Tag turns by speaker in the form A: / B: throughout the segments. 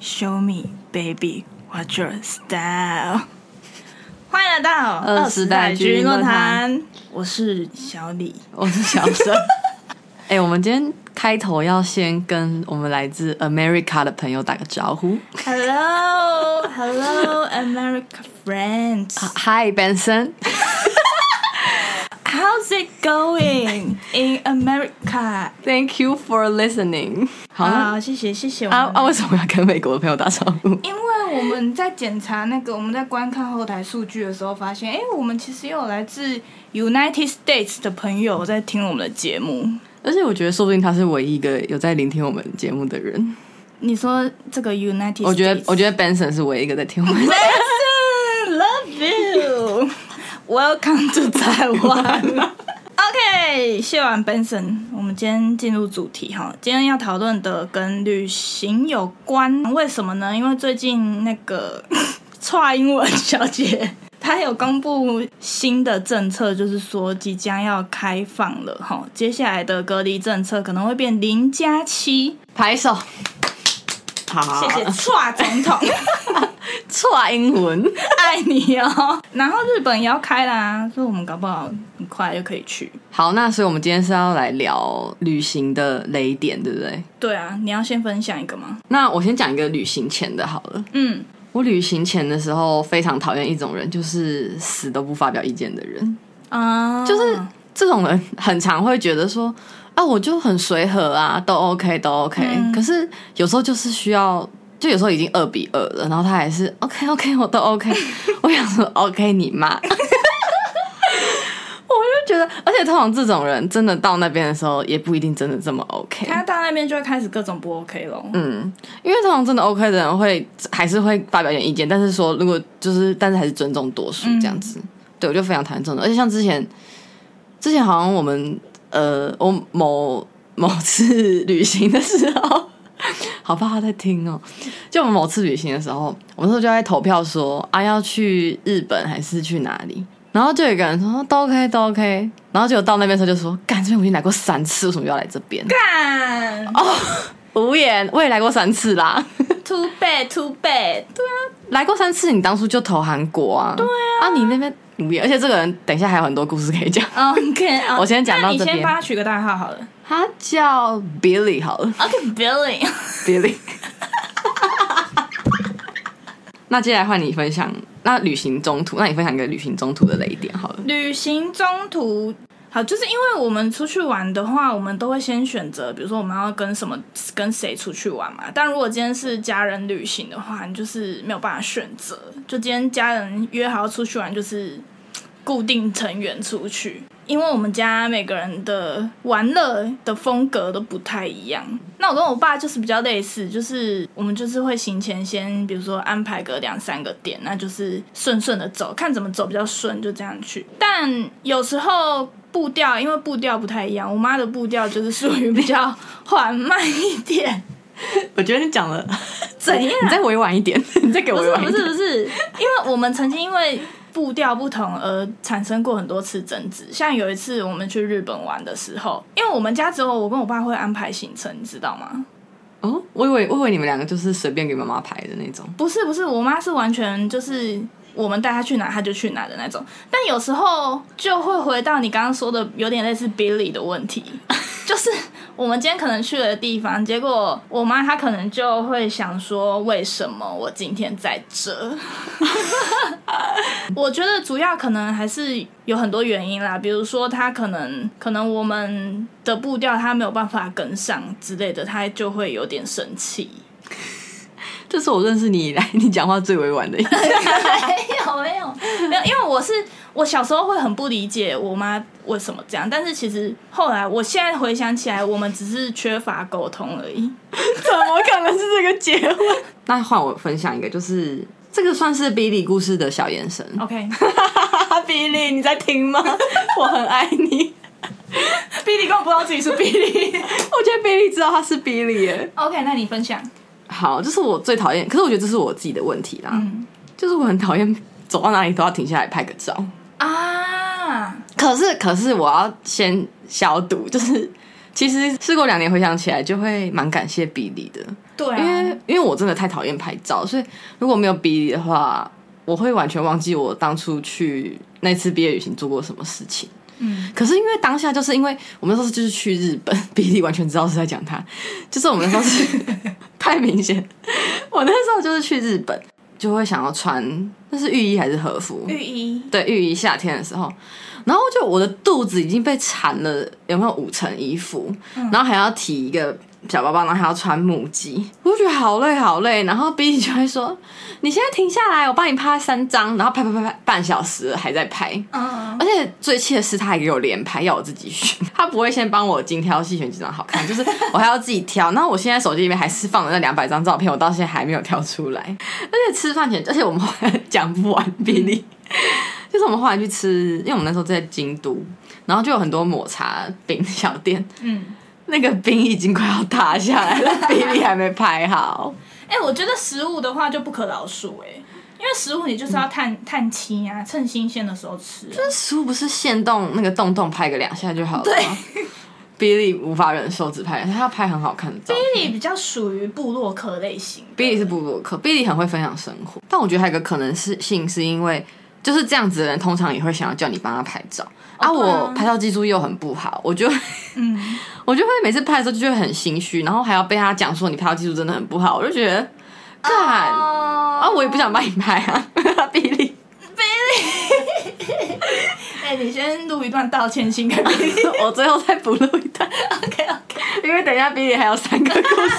A: Show me, baby, what's your style？欢迎来到
B: 二十代
A: 军
B: 军
A: 论
B: 论
A: 坛
B: 坛，
A: 我是小李。
B: 我是小生。 哎、我们今天开头要先跟我们来自 America 的朋友打个招呼。
A: Hello, hello, America friends.
B: Hi Benson，
A: How's it going in America？
B: Thank you for listening 好。那
A: 好，谢谢谢谢我
B: 啊
A: 们
B: 啊！为什么要跟美国的朋友打招呼？
A: 因为我们在检查那个我们在观看后台数据的时候，发现，哎，我们其实也有来自 United States 的朋友在听我们的节目。
B: 而且我觉得，说不定他是唯一一个有在聆听我们节目的人。
A: 你说这个 United，States,
B: 我觉得，我觉得 Benson 是唯一一个在听我们的。
A: Benson love you。Welcome to Taiwan。OK，谢完 Benson，我们今天进入主题哈。今天要讨论的跟旅行有关，为什么呢？因为最近那个 蔡英文小姐她有公布新的政策，就是说即将要开放了哈。接下来的隔离政策可能会变零加七。
B: 拍手。 好，啊
A: 谢谢蔡总统。
B: 错啊英文。
A: 爱你哦。然后日本也要开啦，所以我们搞不好很快就可以去。
B: 好，那所以我们今天是要来聊旅行的雷点，对不对？
A: 对啊，你要先分享一个吗？
B: 那我先讲一个旅行前的好了。
A: 嗯，
B: 我旅行前的时候非常讨厌一种人，就是死都不发表意见的人。
A: 啊、
B: 就是这种人很常会觉得说，啊，我就很随和啊，都 OK，都 OK、
A: 嗯
B: 可是有时候就是需要，就有时候已经二比二了，然后他还是 OK OK，我都 OK。我想说 OK 你妈，我就觉得，而且通常这种人真的到那边的时候，也不一定真的这么 OK。
A: 他到那边就会开始各种不 OK 咯。
B: 嗯，因为通常真的 OK 的人会还是会发表点意见，但是说如果就是，但是还是尊重多数这样子。对，我就非常讨厌这种人，而且像之前，之前好像我们呃，我某某次旅行的时候， 好怕他在听哦。就我们某次旅行的时候，我们那时候就在投票说啊，要去日本还是去哪里？然后就有一个人说都 OK 都 OK，然后结果到那边的时候就说，干这边我已经来过三次，为什么又要来这边？
A: 干、哦、
B: 无言，我也来过三次啦。
A: ，too bad，too bad。
B: 来过三次，你当初就投韩国啊？对啊，啊，你那边无言，而且这个人等一下还有很多故事可以讲。
A: OK，啊
B: 我先讲到
A: 那你
B: 这边
A: 先帮他取个代号好了。
B: 他叫 Billy 好了
A: OK，Billy、
B: ，Billy。那接下来换你分享，那旅行中途，那你分享一个旅行中途的雷点好了。
A: 旅行中途，好，就是因为我们出去玩的话，我们都会先选择，比如说我们要跟什么跟谁出去玩嘛。但如果今天是家人旅行的话，你就是没有办法选择，就今天家人约好要出去玩，就是固定成员出去。因为我们家每个人的玩乐的风格都不太一样，那我跟我爸就是比较类似，就是我们就是会行前先，比如说安排个两三个点，那就是顺顺的走，看怎么走比较顺，就这样去。但有时候步调，因为步调不太一样，我妈的步调就是属于比较缓慢一点，
B: 我觉得你讲了，
A: 怎样？
B: 你再委婉一点， 你再给我
A: 不
B: 委
A: 是
B: 婉
A: 不
B: 一点。
A: 是不是，因为我们曾经因为步调不同而产生过很多次争执。像有一次我们去日本玩的时候，因为我们家只有我跟我爸会安排行程，你知道吗？
B: 哦，我以为我以为你们两个就是随便给妈妈排的那种。
A: 不是不是，我妈是完全就是我们带她去哪她就去哪的那种。但有时候就会回到你刚刚说的，有点类似 Billy 的问题， 就是我们今天可能去了地方，结果我妈她可能就会想说，为什么我今天在这？ 我觉得主要可能还是有很多原因啦，比如说他可能可能我们的步调他没有办法跟上之类的，他就会有点生气。
B: 这是我认识你以来， 你讲话最委婉的一次。
A: 没有没有没有，因为我是我小时候会很不理解我妈为什么这样，但是其实后来我现在回想起来，我们只是缺乏沟通而已。
B: 怎么可能是这个结论？ 那换我分享一个，就是这个算是 Billy 故事的小延伸。
A: OK，
B: Billy，你在听 吗？我很爱你。
A: 比利根本不知道自己是比利。
B: 我觉得 Billy 知道他是 Billy 耶。
A: OK，那你分享。
B: 好，这是我最讨厌，可是我觉得这是我自己的问题啦。
A: 嗯
B: 就是我很讨厌走到哪里都要停下来拍个照。
A: 啊，
B: 可是，可是我要先消毒，就是其实事过两年回想起来，就会蛮感谢 Billy 的。
A: 对
B: 因为
A: 啊，
B: 因为我真的太讨厌拍照，所以如果没有比例的话，我会完全忘记我当初去那次毕业旅行做过什么事情。
A: 嗯，
B: 可是因为当下就是因为我们那时候就是去日本，比利完全知道是在讲他，就是我们那时候是 太明显，我那时候就是去日本就会想要穿，那是浴衣还是和服？
A: 浴衣，
B: 对，浴衣夏天的时候，然后就我的肚子已经被缠了，有没有五层衣服？然后还要提一个小包包，然后还要穿母鸡，我就觉得好累好累。然后 B 就会说：“你现在停下来，我帮你拍三张。”然后拍拍拍拍半小时了还在拍。
A: 嗯，
B: 而且最气的是，他还给我连拍，要我自己选。 他不会先帮我精挑细选几张好看，就是我还要自己挑。那我现在手机里面还是放了那两百张照片，我到现在还没有挑出来。而且吃饭前，而且我们后来 讲不完比例，就是我们后来去吃，因为我们那时候在京都，然后就有很多抹茶饼小店，
A: 嗯，
B: 那个冰已经快要塌下来了，比例还没拍好。
A: 哎、我觉得食物的话就不可饶恕哎、因为食物你就是要探探亲啊，趁新鲜的时候吃啊、
B: 那食物不是现动那个洞洞拍个两下就好了吗？比利无法忍受只拍，他要拍很好看的照片。
A: Billy 比较属于部落客类型的
B: Billy 是布鲁克，Billy 很会分享生活，但我觉得还有一个可能是性，是因为就是这样子的人，通常也会想要叫你帮他拍照。
A: 对
B: 啊，
A: 啊
B: 我拍照技术又很不好，我就
A: 嗯，
B: 我就会每次拍的时候就会很心虚，然后还要被他讲说你拍照技术真的很不好，我就觉
A: 哦
B: 得，干啊
A: 啊
B: 我也不想帮你拍啊 ，Billy，
A: 哎、你先录一段道歉信给 Billy。
B: 我最后再补录一段，
A: OK OK。
B: 因为等一下 Billy 还有三 个故事。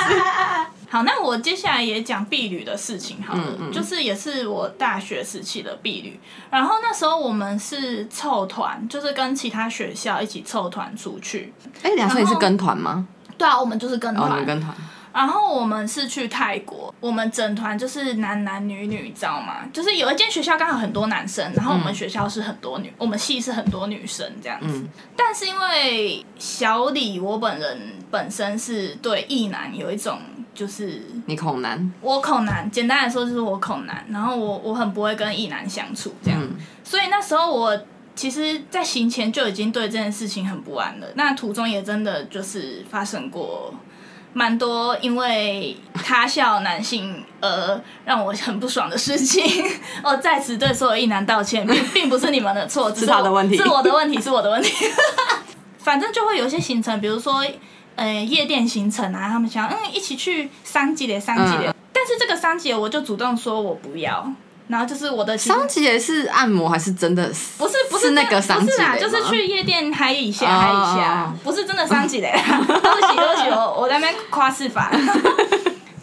A: 好，那我接下来也讲婢女的事情好了，
B: 嗯
A: 就是也是我大学时期的婢女。然后那时候我们是凑团，就是跟其他学校一起凑团出去。
B: 哎、梁硕，你是跟团吗？
A: 对啊，我们就是跟
B: 哦，你
A: 团。
B: 们跟团，
A: 然后我们是去泰国，我们整团就是男男女女，你知道吗？就是有一间学校刚好很多男生，然后我们学校是很多女，我们系是很多女生这样子。
B: 嗯
A: 但是因为小李我本人本身是对异男有一种就是
B: 你恐男，
A: 我恐男，简单来说就是我恐男，然后我我很不会跟异男相处这样，
B: 嗯
A: 所以那时候我其实，在行前就已经对这件事情很不安了。那途中也真的就是发生过蛮多因为他校男性而呃让我很不爽的事情。 我在此对所有异男道歉，并并不是你们的错，只
B: 是他的
A: 我
B: 问题
A: 是我的问题，是我的问题。 反正就会有一些行程，比如说呃夜店行程啊，他们想嗯一起去三级的三级的，
B: 嗯
A: 但是这个三级我就主动说我不要，然后就是我的其实
B: 桑吉也是按摩还是真的？
A: 不是不
B: 是
A: 是
B: 那个
A: 不
B: 桑吉
A: 是啦，
B: 雷
A: 就是
B: 吗
A: 去夜店嗨一下
B: 哦
A: 嗨一
B: 哦
A: 下
B: 哦，
A: 不是真的伤 几雷啦。对不起对不起，我我在那边夸饰法。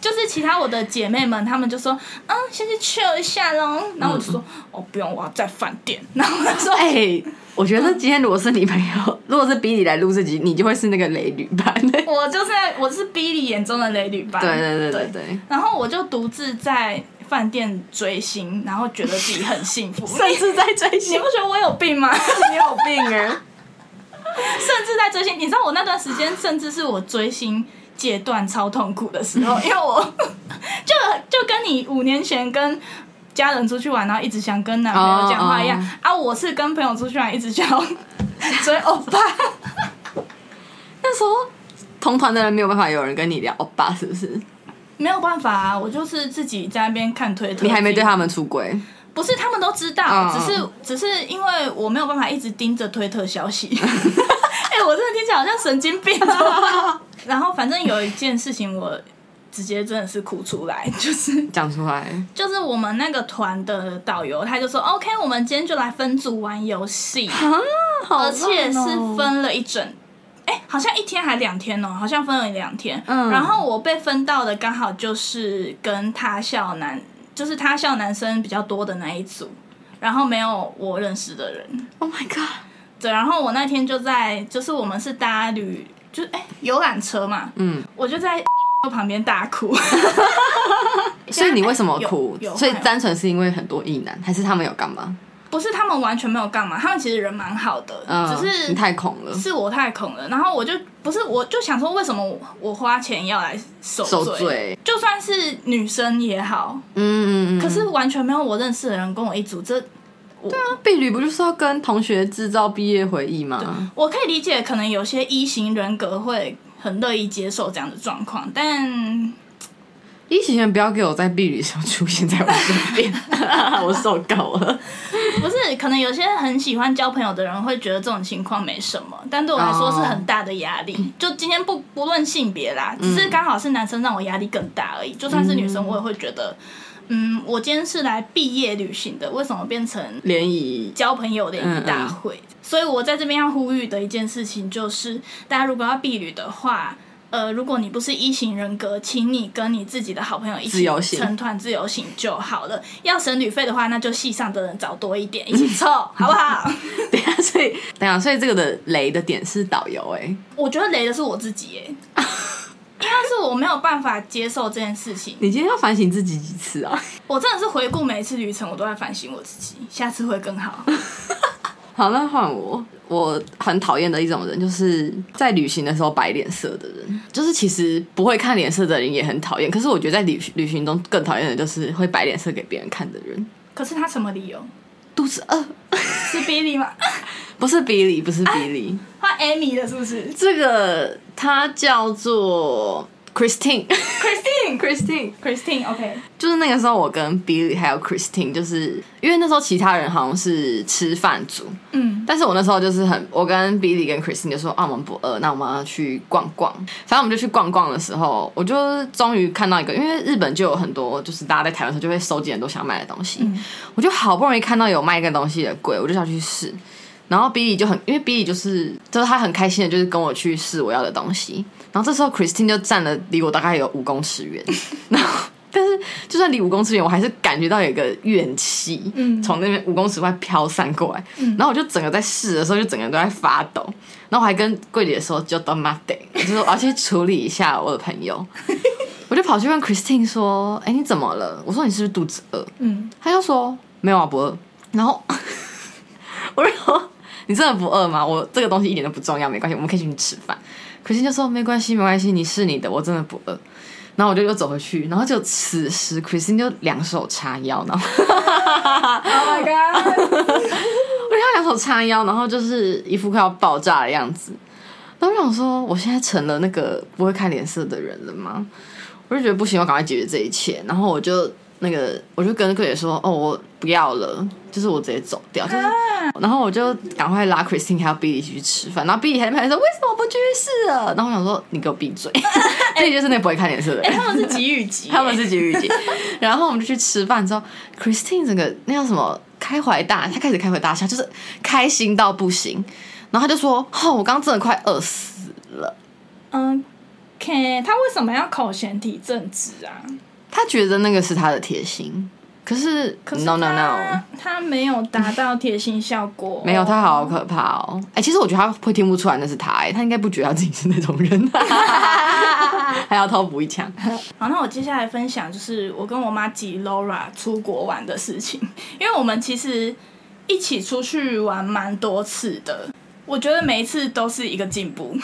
A: 就是其他我的姐妹们，她们就说，嗯，先去 chill 一下喽。然后我就
B: 嗯
A: 说，哦，不用，我要在饭店。然后她说，
B: 哎、我觉得今天如果是你朋友， 如果是比你来录这集，你就会是那个雷旅伴。 对
A: 我就是我是 Billy 眼中的雷旅吧。
B: 对对对对，
A: 然后我就独自在饭店追星，然后觉得自己很幸 福。
B: 甚至在追
A: 你
B: 星
A: 不，觉得我有病 吗？
B: 你有病啊！
A: 甚至在追星，你知道我那段时间，甚至是我追星阶段超痛苦的时候，因为我 就就跟你五年前跟。家人出去玩，然后一直想跟男朋友讲话一样
B: 哦
A: 啊！我是跟朋友出去玩，一直想要追欧 巴，
B: 那时候同团的人没有办法有人跟你聊欧巴，是不是？
A: 没有办法啊！我就是自己在那边看推特。
B: 你还没对他们出轨，
A: 不是，他们都知道，
B: 嗯
A: 只是只是因为我没有办法一直盯着推特消息。哎、我真的听起来好像神经病哦。然后反正有一件事情，我直接真的是哭出来， 就是
B: 讲出来。
A: 就是我们那个团的导游，他就说 OK，我们今天就来分组玩游戏，而且是
B: 哦
A: 分了一整。哎、好像一天还两天哦，好像分了两天。
B: 嗯
A: 然后我被分到的刚好就是跟他校男，就是他校男生比较多的那一组，然后没有我认识的人。
B: ，Oh my god！
A: 对，然后我那天就在，就是我们是搭旅，就是哎游览车嘛，
B: 嗯，
A: 我就在 旁边大哭。
B: 所以你为什么哭
A: 有有？
B: 所以单纯是因为很多异男，还是他们有干嘛？
A: 不是他们完全没有干嘛，他们其实人蛮好的，
B: 嗯，
A: 只是
B: 你太恐了，
A: 是我太恐了。然后我就不是，我就想说，为什么我我花钱要来受罪？
B: 受罪。
A: 就算是女生也好，
B: 嗯嗯嗯。
A: 可是完全没有我认识的人跟我一组，这我
B: 婢女不就是要跟同学制造毕业回忆吗？
A: 我可以理解，可能有些一型人格会很乐意接受这样的状况，但
B: 一行人不要给我在避旅时候出现在我身边， 我受够了。
A: 不是，可能有些很喜欢交朋友的人会觉得这种情况没什么，但对我来说是很大的压力。就今天不不论性别啦，只是刚好是男生让我压力更大而已。就算是女生，我也会觉得，嗯，我今天是来毕业旅行的，为什么变成
B: 联谊
A: 交朋友的一
B: 嗯
A: 大会。所以我在这边要呼吁的一件事情就是，大家如果要避旅的话，呃，如果你不是一型人格，请你跟你自己的好朋友一
B: 自
A: 起
B: 由行
A: 成团自由行就好了。要省旅费的话，那就系上的人找多一点，一起 凑，好不好？
B: 等一下，啊所以等一下，所以这个的雷的点是导游哎、
A: 我觉得雷的是我自己耶、应该是我没有办法接受这件事情。
B: 你今天要反省自己几次啊？
A: 我真的是回顾每一次旅程，我都在反省我自己，下次会更好。
B: 好，那换我。我很讨厌的一种人，就是在旅行的时候摆脸色的人。就是其实不会看脸色的人也很讨厌，可是我觉得在旅旅行中更讨厌的就是会摆脸色给别人看的人。
A: 可是他什么理由？
B: 肚子饿，
A: 是 Billy 吗？
B: 不是比利，不是比利，
A: 换 Amy 了是不是
B: 这个它叫做 Christine。
A: ？Christine。
B: Christine，
A: Christine OK，
B: 就是那个时候，我跟 Billy 还有 Christine，就是因为那时候其他人好像是吃饭组，
A: 嗯，
B: 但是我那时候就是很，我跟 Billy 跟 Christine 就说啊，我们不饿，那我们要去逛逛。反正我们就去逛逛的时候，我就终于看到一个，因为日本就有很多，就是大家在台湾的时候就会收集很多想买的东西。我就好不容易看到有卖一个东西的柜，我就想去试。然后 Billy 就很，因为 Billy 就是就是他很开心的，就是跟我去试我要的东西。然后这时候 Christine 就站了离我大概有五公尺远，然后但是就算离五公尺远，我还是感觉到有一个怨气，
A: 嗯
B: 从那边五公尺外飘散过来。然后我就整个在试的时候，就整个人都在发抖。然后我还跟柜姐说，就 don't m a d 就是我要去处理一下我的朋友。我就跑去问 Christine 说：“哎、你怎么了？”我说：“你是不是肚子饿？”
A: 嗯，
B: 他就说没有啊，不饿。然后 我就说你真的不饿吗？我这个东西一点都不重要，没关系，我们可以去吃饭。可是就说没关系，没关系，你是你的，我真的不饿。然后我就又走回去，然后就此时 Christine 就两手叉腰，然后
A: Oh my god！
B: 我就要两手叉腰，然后就是一副快要爆炸的样子。然后我想说，我现在成了那个不会看脸色的人了吗？我就觉得不行，我赶快解决这一切。然后我就那个，我就跟柜姐说：“哦，我不要了，就是我直接走掉。”就是，然后我就赶快拉 Christine 还有 Billy 一起去吃饭。然后 Billy 还在那边说：“为什么不去试了？”然后我想说：“你给我闭嘴！” 这就是那个不会看脸色的人。
A: 哎他们是给予级，
B: 他们是局域姐。然后我们就去吃饭之后，Christine 整个那叫什么开怀大，她开始开怀大笑，就是开心到不行。然后她就说：“哦，我刚刚真的快饿死了。
A: 嗯，K，他为什么要口嫌体正直啊？”
B: 她觉得那个是她的贴心，可是
A: 可是
B: no no
A: 他
B: no，
A: 他没有达到贴心效果，
B: 没有，她好可怕哦。哎、其实我觉得她会听不出来那是她、哎，她应该不觉得她自己是那种 人，还要偷补一枪。
A: 好，那我接下来分享就是我跟我妈及 Laura 出国玩的事情，因为我们其实一起出去玩蛮多次的，我觉得每一次都是一个进步。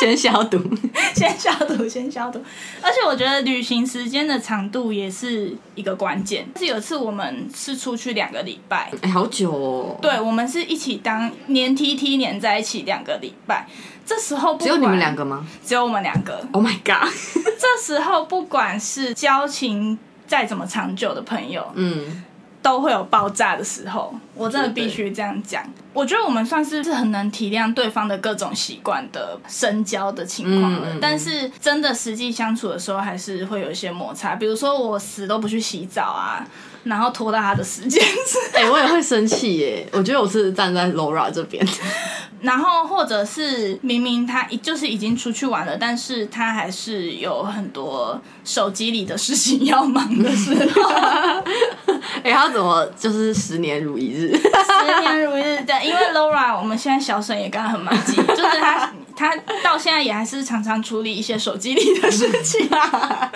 B: 先消毒，
A: 先消毒，先消毒。而且我觉得旅行时间的长度也是一个关键。但是有一次我们是出去两个礼拜，
B: 哎、好久哦。，
A: 对，我们是一起当年 T T 黏在一起两个礼拜。这时候不
B: 只有你们两
A: 个，
B: 个吗
A: 只有我们两个。
B: ？Oh my god！
A: 这时候不管是交情再怎么长久的朋友，
B: 嗯，
A: 都会有爆炸的时候，我真的必须这样讲。我觉得我们算是是很能体谅对方的各种习惯的深交的情况了，
B: 嗯嗯嗯
A: 但是真的实际相处的时候，还是会有一些摩擦。比如说我死都不去洗澡啊，然后拖到他的时间，
B: 哎、我也会生气耶！我觉得我是站在 Laura 这边，
A: 然后或者是明明他已就是已经出去玩了，但是他还是有很多手机里的事情要忙的时候。
B: 哎、他怎么就是十年如一日？
A: 十年如一日的，因为 Laura，我们现在小沈也跟她很忙季，就是她她到现在也还是常常处理一些手机里的事情啊。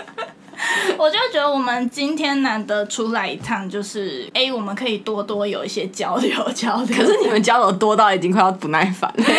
A: 我就觉得我们今天难得出来一趟，就是哎、我们可以多多有一些交流交流。
B: 可是你们交流多到已经快要不耐烦了。
A: 对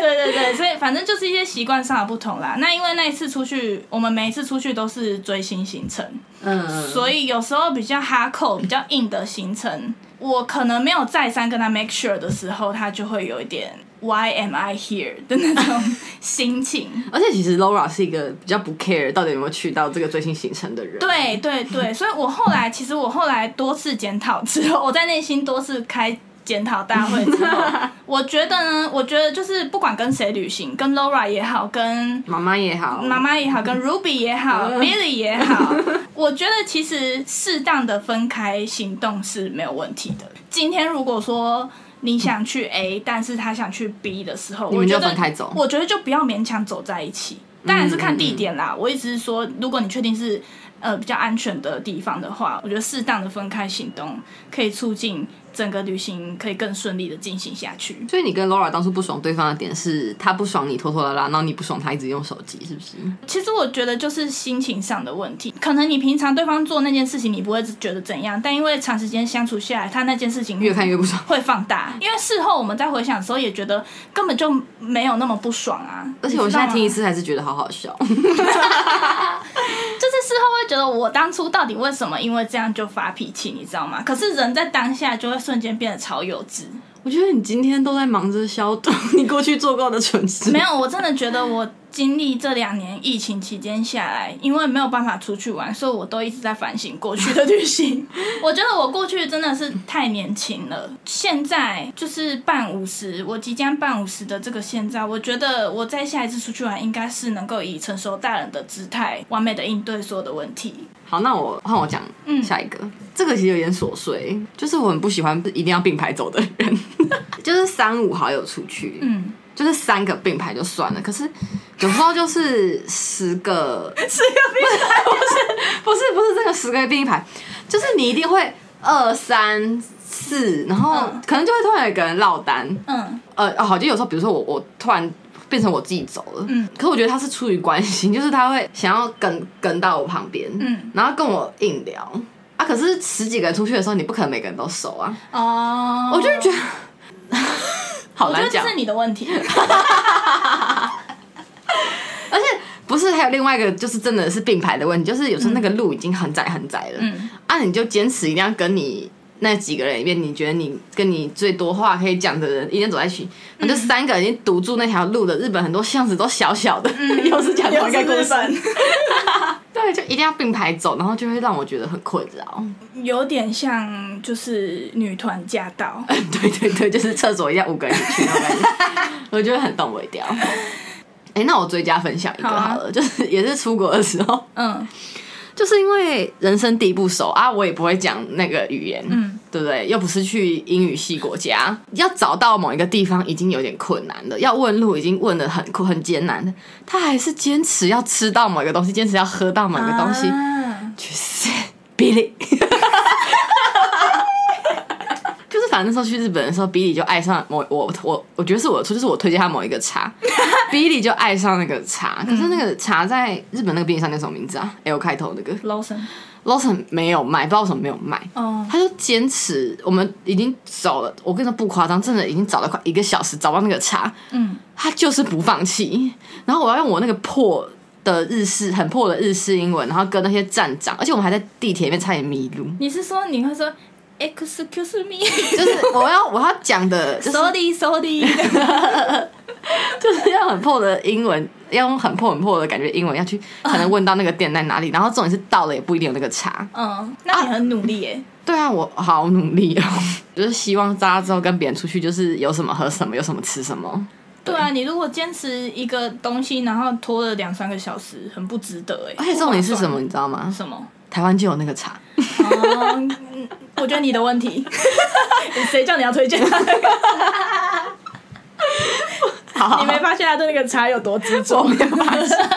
A: 对对，所以反正就是一些习惯上的不同啦。那因为那一次出去，我们每一次出去都是追星行程，
B: 嗯，
A: 所以有时候比较哈扣、比较硬的行程，我可能没有再三跟他 make sure 的时候，他就会有一点 Why am I here 的那种 心情。
B: 而且其实 Laura 是一个比较不 care 到底有没有去到这个最新行程的人。，
A: 对对对，所以我后来其实我后来多次检讨之后，我在内心多次开检讨大会之后， 我觉得呢，我觉得就是不管跟谁旅行，跟 Laura 也好，跟
B: 妈妈也好，
A: 妈妈也好，跟 Ruby 也好
B: 嗯
A: ，Billy 也 好，我觉得其实适当的分开行动是没有问题的。今天如果说你想去 A，但是他想去 B 的时候，
B: 嗯你
A: 我
B: 们
A: 觉
B: 就
A: 得
B: 分开走
A: 我觉得就不要勉强走在一起，当然是看地点
B: 嗯
A: 啦。我一直是说，如果你确定是呃比较安全的地方的话，我觉得适当的分开行动可以促进整个旅行可以更顺利的进行下去。
B: 所以你跟 Laura 当初不爽对方的点是，他不爽你拖拖拉拉，然后你不爽他一直用手机，是不是？
A: 其实我觉得就是心情上的问题，可能你平常对方做那件事情你不会觉得怎样，但因为长时间相处下来，他那件事情
B: 越看越不爽。
A: 会放大，因为事后我们在回想的时候也觉得根本就没有那么不爽啊。
B: 而且我现在听一
A: 你知道吗
B: 次还是觉得好好笑。
A: 就是事后会觉得我当初到底为什么因为这样就发脾气，你知道吗？可是人在当下就会瞬间变得超幼稚。
B: 我觉得你今天都在忙着消毒 你过去做过的蠢事。
A: 没有，我真的觉得我经历这两年疫情期间下来，因为没有办法出去玩，所以我都一直在反省过去的旅 行。我觉得我过去真的是太年轻了，现在就是半五十，我即将半五十的这个现在，我觉得我在下一次出去玩，应该是能够以成熟大人的姿态，完美的应对所有的问题。
B: 好，那我换我讲
A: 嗯
B: 下一个。这个其实有点琐碎，就是我很不喜欢一定要并排走的人， 就是三五好友出去，
A: 嗯，
B: 就是三个并排就算了，可是有时候就是十 个
A: 是有病。
B: 不是不是这个十个并一排，就是你一定会二三四，然后
A: 嗯
B: 可能就会突然有一个人落单，
A: 嗯
B: 呃，哦好，就有时候比如说我我突然。变成我自己走了，
A: 嗯
B: 可是我觉得他是出于关心， 就是他会想要跟跟到我旁边，
A: 嗯，
B: 然后跟我硬聊啊。可是十几个人出去的时候，你不可能每个人都熟啊，
A: 哦，
B: 我就觉得好
A: 我觉
B: 难
A: 得这
B: 讲
A: 是。你的问题。
B: 而且 不是还有另外一个，就是真的是并排的问题，就是有时候那个路已经很窄很窄了，
A: 嗯
B: 啊，你就坚持一定要跟你那几个人里面，你觉得你跟你最多话可以讲的人，一定走在一起，那
A: 嗯
B: 就三个人已经堵住那条路的。日本很多巷子都小小的，
A: 嗯
B: 又是 讲同一个故事，对，就一定要并排走，然后就会让我觉得很困扰。
A: 有点像就是女团驾到。
B: 对对对，就是厕所一样五个人一起去那种感觉，我觉得很动不 掉。哎、那我追加分享一个
A: 好啊
B: 好了，就是也是出国的时候，
A: 嗯
B: 就是因为人生地不熟啊，我也不会讲那个语言，
A: 嗯
B: 对不对？又不是去英语系国家，要找到某一个地方已经有点困难了，要问路已经问的很困很艰难了，他还是坚持要吃到某一个东西，坚持要喝到某一个东西，
A: 啊
B: 去死，比利。就是反正那时候去日本的时候，比利就爱上某我我我觉得是我的错，就是我推荐他某一个茶，比利就爱上那个茶。可是那个茶在日本那个便利商店叫什么名字啊？L 开头那个
A: Lawson，
B: Lawson 没有卖，不知道为什么没有卖。
A: 哦，
B: 他就坚持，我们已经找了，我跟你说不夸张，真的已经找了快一个小时，找到那个茶，
A: 嗯，
B: 他就是不放弃。然后我要用我那个破的日式，很破的日式英文，然后跟那些站长，而且我们还在地铁里面差点迷路，
A: 你是说你会说 Excuse
B: 就是我要我要讲的，就是
A: me，sorry sorry，
B: 就是要很破的英文，要用很破很破的感觉英文要去，才能问到那个店在哪里。然后重点是到了也不一定有那个茶。
A: 嗯， 那你很努力耶，
B: 对啊，我好努力哦， 就是希望大家之后跟别人出去，就是有什么喝什么，有什么吃什么。
A: 对啊，你如果坚持一个东西，然后拖了两三个小时，很不值得哎。
B: 而且重点是
A: 不
B: 什
A: 划
B: 么，你知道吗？
A: 算？什么？
B: 台湾就有那个茶，
A: 哦，嗯我觉得你的问题， 谁叫你要推荐他？你没发现他对那个茶有多执着？
B: 没发现。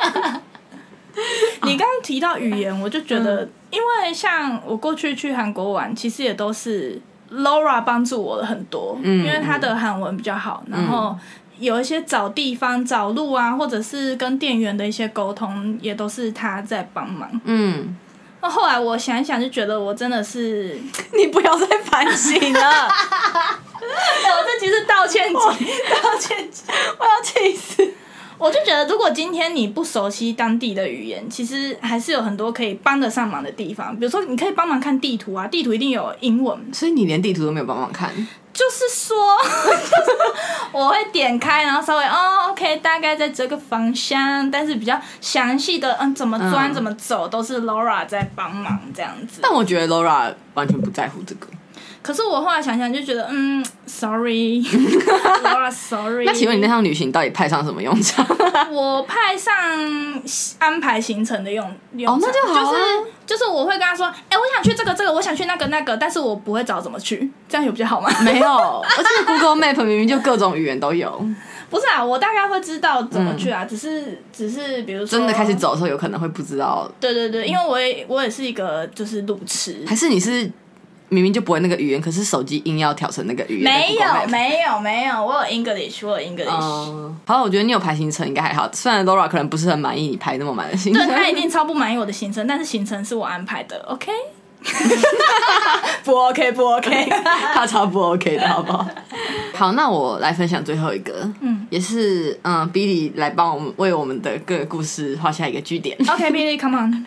A: 你刚刚提到语言，我就觉得，因为像我过去去韩国玩，其实也都是 Laura 帮助我了很多，
B: 嗯
A: 因为她的韩文比较好，然后有一些找地方、找路啊，或者是跟店员的一些沟通，也都是她在帮忙。
B: 嗯，
A: 那后来我想一想，就觉得我真的 是，
B: 你不要再反省了，
A: 我这其实道歉集，道歉集。
B: 我要气死。
A: 我就觉得，如果今天你不熟悉当地的语言，其实还是有很多可以帮得上忙的地方。比如说，你可以帮忙看地图啊，地图一定有英文，
B: 所以你连地图都没有帮忙看，
A: 就是说， 我会点开，然后稍微哦，OK，大概在这个方向，但是比较详细的，嗯，怎么钻、
B: 嗯
A: 怎么走，都是 Laura 在帮忙这样子。
B: 但我觉得 Laura 完全不在乎这个。
A: 可是我后来想想，就觉得，嗯，sorry，Laura，sorry。啊
B: 那请问你那趟旅行到底派上什么用场？
A: 我派上安排行程的用用
B: 哦那
A: 场
B: 就好啊
A: 就是就是我会跟他说，哎、我想去这个这个，我想去那个那个，但是我不会找怎么去，这样有比较好吗？
B: 没有，而且 Google Map 明明就各种语言都有。
A: 不是啊，我大概会知道怎么去啊，只是只是比如说
B: 嗯真的开始，走的时候，有可能会不知道，
A: 对对对，因为我也我也是一个就是路痴，
B: 还是你是明明就不会那个语言，可是手机硬要调成那个语言的
A: 没
B: Google Map。
A: 有没有没有，我有 English，我有 English，、
B: 嗯，好，我觉得你有排行程应该还好，虽然 Laura 可能不是很满意你排那么满的行
A: 对
B: 程，
A: 他一定超不满意我的行程，但是行程是我安排的，OK？不 OK 不 OK，
B: 他超不 OK 的好不好？ 好，那我来分享最后一个，嗯，也是嗯，Billy 来帮我们为我们的各个故事画下一个句 点。
A: OK Billy，Come on，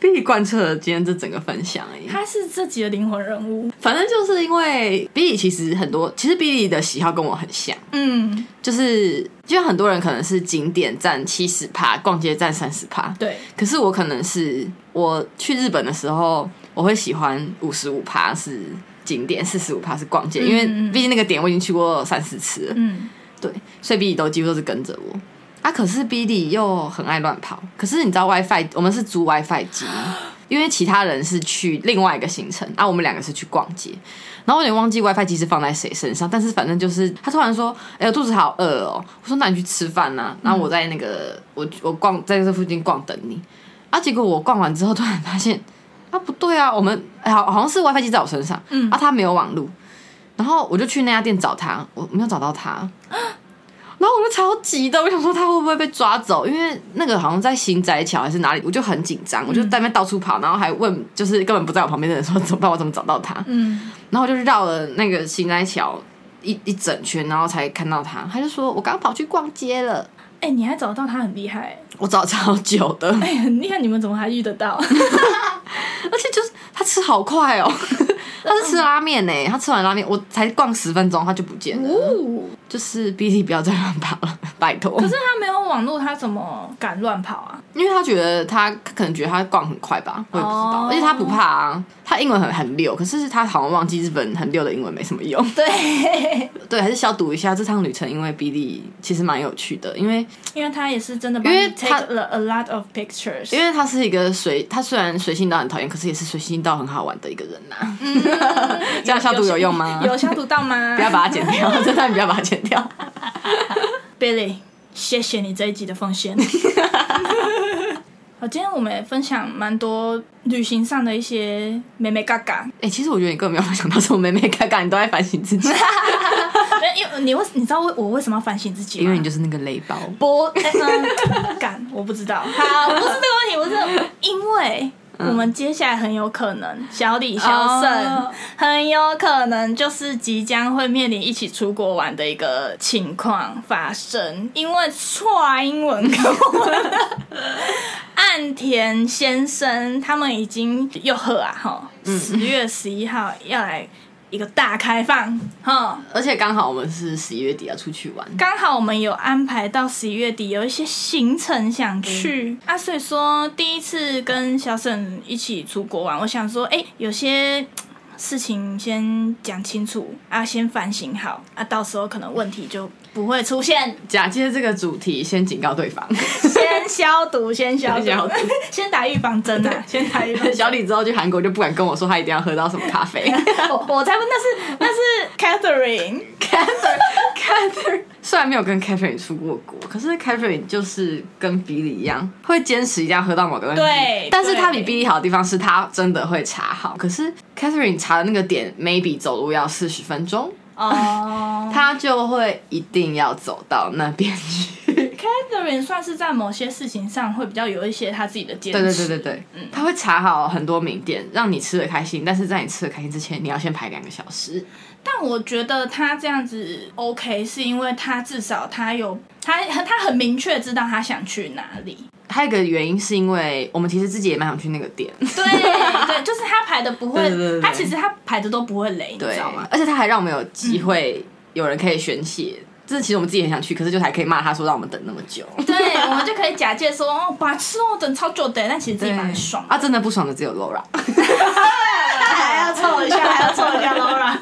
B: Billy 贯彻了今天这整个分享而已，
A: 他是这集的灵魂人物。
B: 反正就是因为 Billy 其实很多，其实 Billy 的喜好跟我很像，
A: 嗯，
B: 就是就像很多人可能是景点占七十趴，逛街占三十趴，
A: 对，
B: 可是我可能是我去日本的时候，我会喜欢五十五趴是景点，四十五趴是逛街，因为毕竟那个点我已经去过三四次了，
A: 嗯，
B: 对，所以 B D 都几乎都是跟着我。啊，可是 B D 又很爱乱跑，可是你知道 WiFi，我们是租 WiFi 机，因为其他人是去另外一个行程，啊，我们两个是去逛街。然后我有点忘记 WiFi 机是放在谁身上，但是反正就是他突然说：“哎、我肚子好饿哦。”我说：“那你去吃饭呐、然后我在那个我我逛在这附近逛等你。啊，结果我逛完之后突然发现，啊不对啊，我们、哎好好像是 WiFi 机在我身上，嗯，啊他没有网路，然后我就去那家店找他，我没有找到他，然后我就超急的，我想说他会不会被抓走，因为那个好像在新宅桥还是哪里，我就很紧张，我就在那边到处跑，然后还问就是根本不在我旁边的人说 怎么办，我怎么找到他，
A: 嗯，
B: 然后我就绕了那个新宅桥一一整圈，然后才看到他，他就说我刚跑去逛街了，
A: 哎、你还找得到他很厉害、
B: 我找超久的，
A: 哎、很厉害，你们怎么还遇得 到？
B: 而且就是他吃好快哦， 他是吃拉面呢、他吃完拉面，我才逛十分钟他就不见了。
A: 哦，
B: 就是哔哩不要再乱跑了，拜托
A: 可。是他没有网络，他怎么敢乱跑啊？
B: 因为他觉得他他可能觉得他逛很快吧，我也不知道。
A: 哦
B: 而且他不怕啊，他英文很很溜，可是他好像忘记日本很溜的英文没什么用。
A: 对，
B: 对，还是消毒一下这趟旅程，因为哔哩其实蛮有趣的，因为
A: 因为他也是真的帮你
B: 因为他
A: take 了 a lot of pictures，
B: 因为他是一个随他虽然随性到很讨厌，可是也是随性到很好玩的一个人呐、嗯 这样消毒有用吗？
A: 有消毒到吗？
B: 不要把它剪掉，这段不要把它剪掉。
A: Billy，谢谢你这一集的奉 献。好，今天我们也分享蛮多旅行上的一些美美嘎嘎，
B: 哎、其实我觉得你根本没有想到什么妹妹嘎嘎，你都在反省自己，
A: 哎因为你为你知道为我为什么要反省自己吗？
B: 因为你就是那个雷包。
A: 不，哎嗯 干、我不知道。嗯好，不是这个问题，不是因为。我们接下来很有可能，小李、小沈、
B: 哦
A: 很有可能就是即将会面临一起出国玩的一个情况发生，因为错英文跟我们的 岸田先生他们已经又喝啊哈，十月十一号要来一个大开放哈，
B: 而且刚好我们是十一月底要出去玩，
A: 刚好我们有安排到十一月底有一些行程想去、
B: 嗯
A: 啊，所以说第一次跟小沈一起出国玩，我想说，哎、有些嘖事情先讲清楚啊，先反省好啊，到时候可能问题就不会出 现。
B: 假借这个主题先警告对方，
A: 先消 毒，先消毒，
B: 先消毒
A: 先打预防针啊，先打预防针。
B: 小李之后去韩国就不敢跟我说他一定要喝到什么 咖啡。
A: 我我才不，那是那是 Catherine，
B: Catherine，Catherine 虽然没有跟 Catherine 出过国，可是 Catherine 就是跟 Billy 一样，会坚持一定要喝到某个东西。
A: 对
B: 但是他比
A: 对
B: Billy 好的地方是他真的会查好，可是 Catherine 查的那个点，maybe 走路要四十分钟。
A: 哦、
B: 他就会一定要走到那边去。
A: c a t h e r i n e 算是在某些事情上会比较有一些她自己的坚持。
B: 对对对对对，他会查好很多名店，让你吃的开心。但是在你吃的开心之前，你要先排两个小时。
A: 但我觉得他这样子 OK，是因为他至少他有他他很明确知道他想去哪里。
B: 还有一个原因是因为我们其实自己也蛮想去那个店，
A: 对对，就是他排的不会，
B: 对对对对
A: 他其实他排的都不会雷，你
B: 对
A: 知道吗，？
B: 而且他还让我们有机
A: 嗯
B: 会有人可以宣泄，这其实我们自己很想去，可是就还可以骂他说让我们等那么久，
A: 对，我们就可以假借说哦，白痴哦，等超久的，但其实 自己蛮爽的，
B: 啊！真的不爽的只有 Laura，
A: 还要凑一 下，还要凑一下 Laura。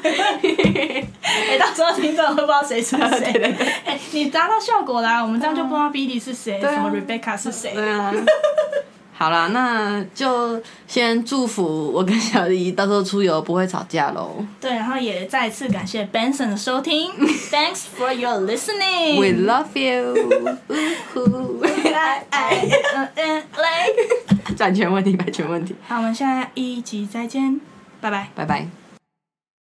A: 哎、 到时候听众会不知道谁是 谁。哎、你达到效果啦，我们这样就不知道 Billy 是谁，
B: 嗯对啊
A: 什么 Rebecca 是谁。
B: 对啊。 好啦，那就先祝福我跟小黎到时候出游不会吵架喽。
A: 对，然后也再次感谢 Benson 的收听，Thanks for your
B: We
A: listening。
B: love you，呜呼
A: 哎哎嗯嗯，来，
B: 版权问题，版权问题，
A: 好，我们下一集再见，拜拜。
B: 拜拜。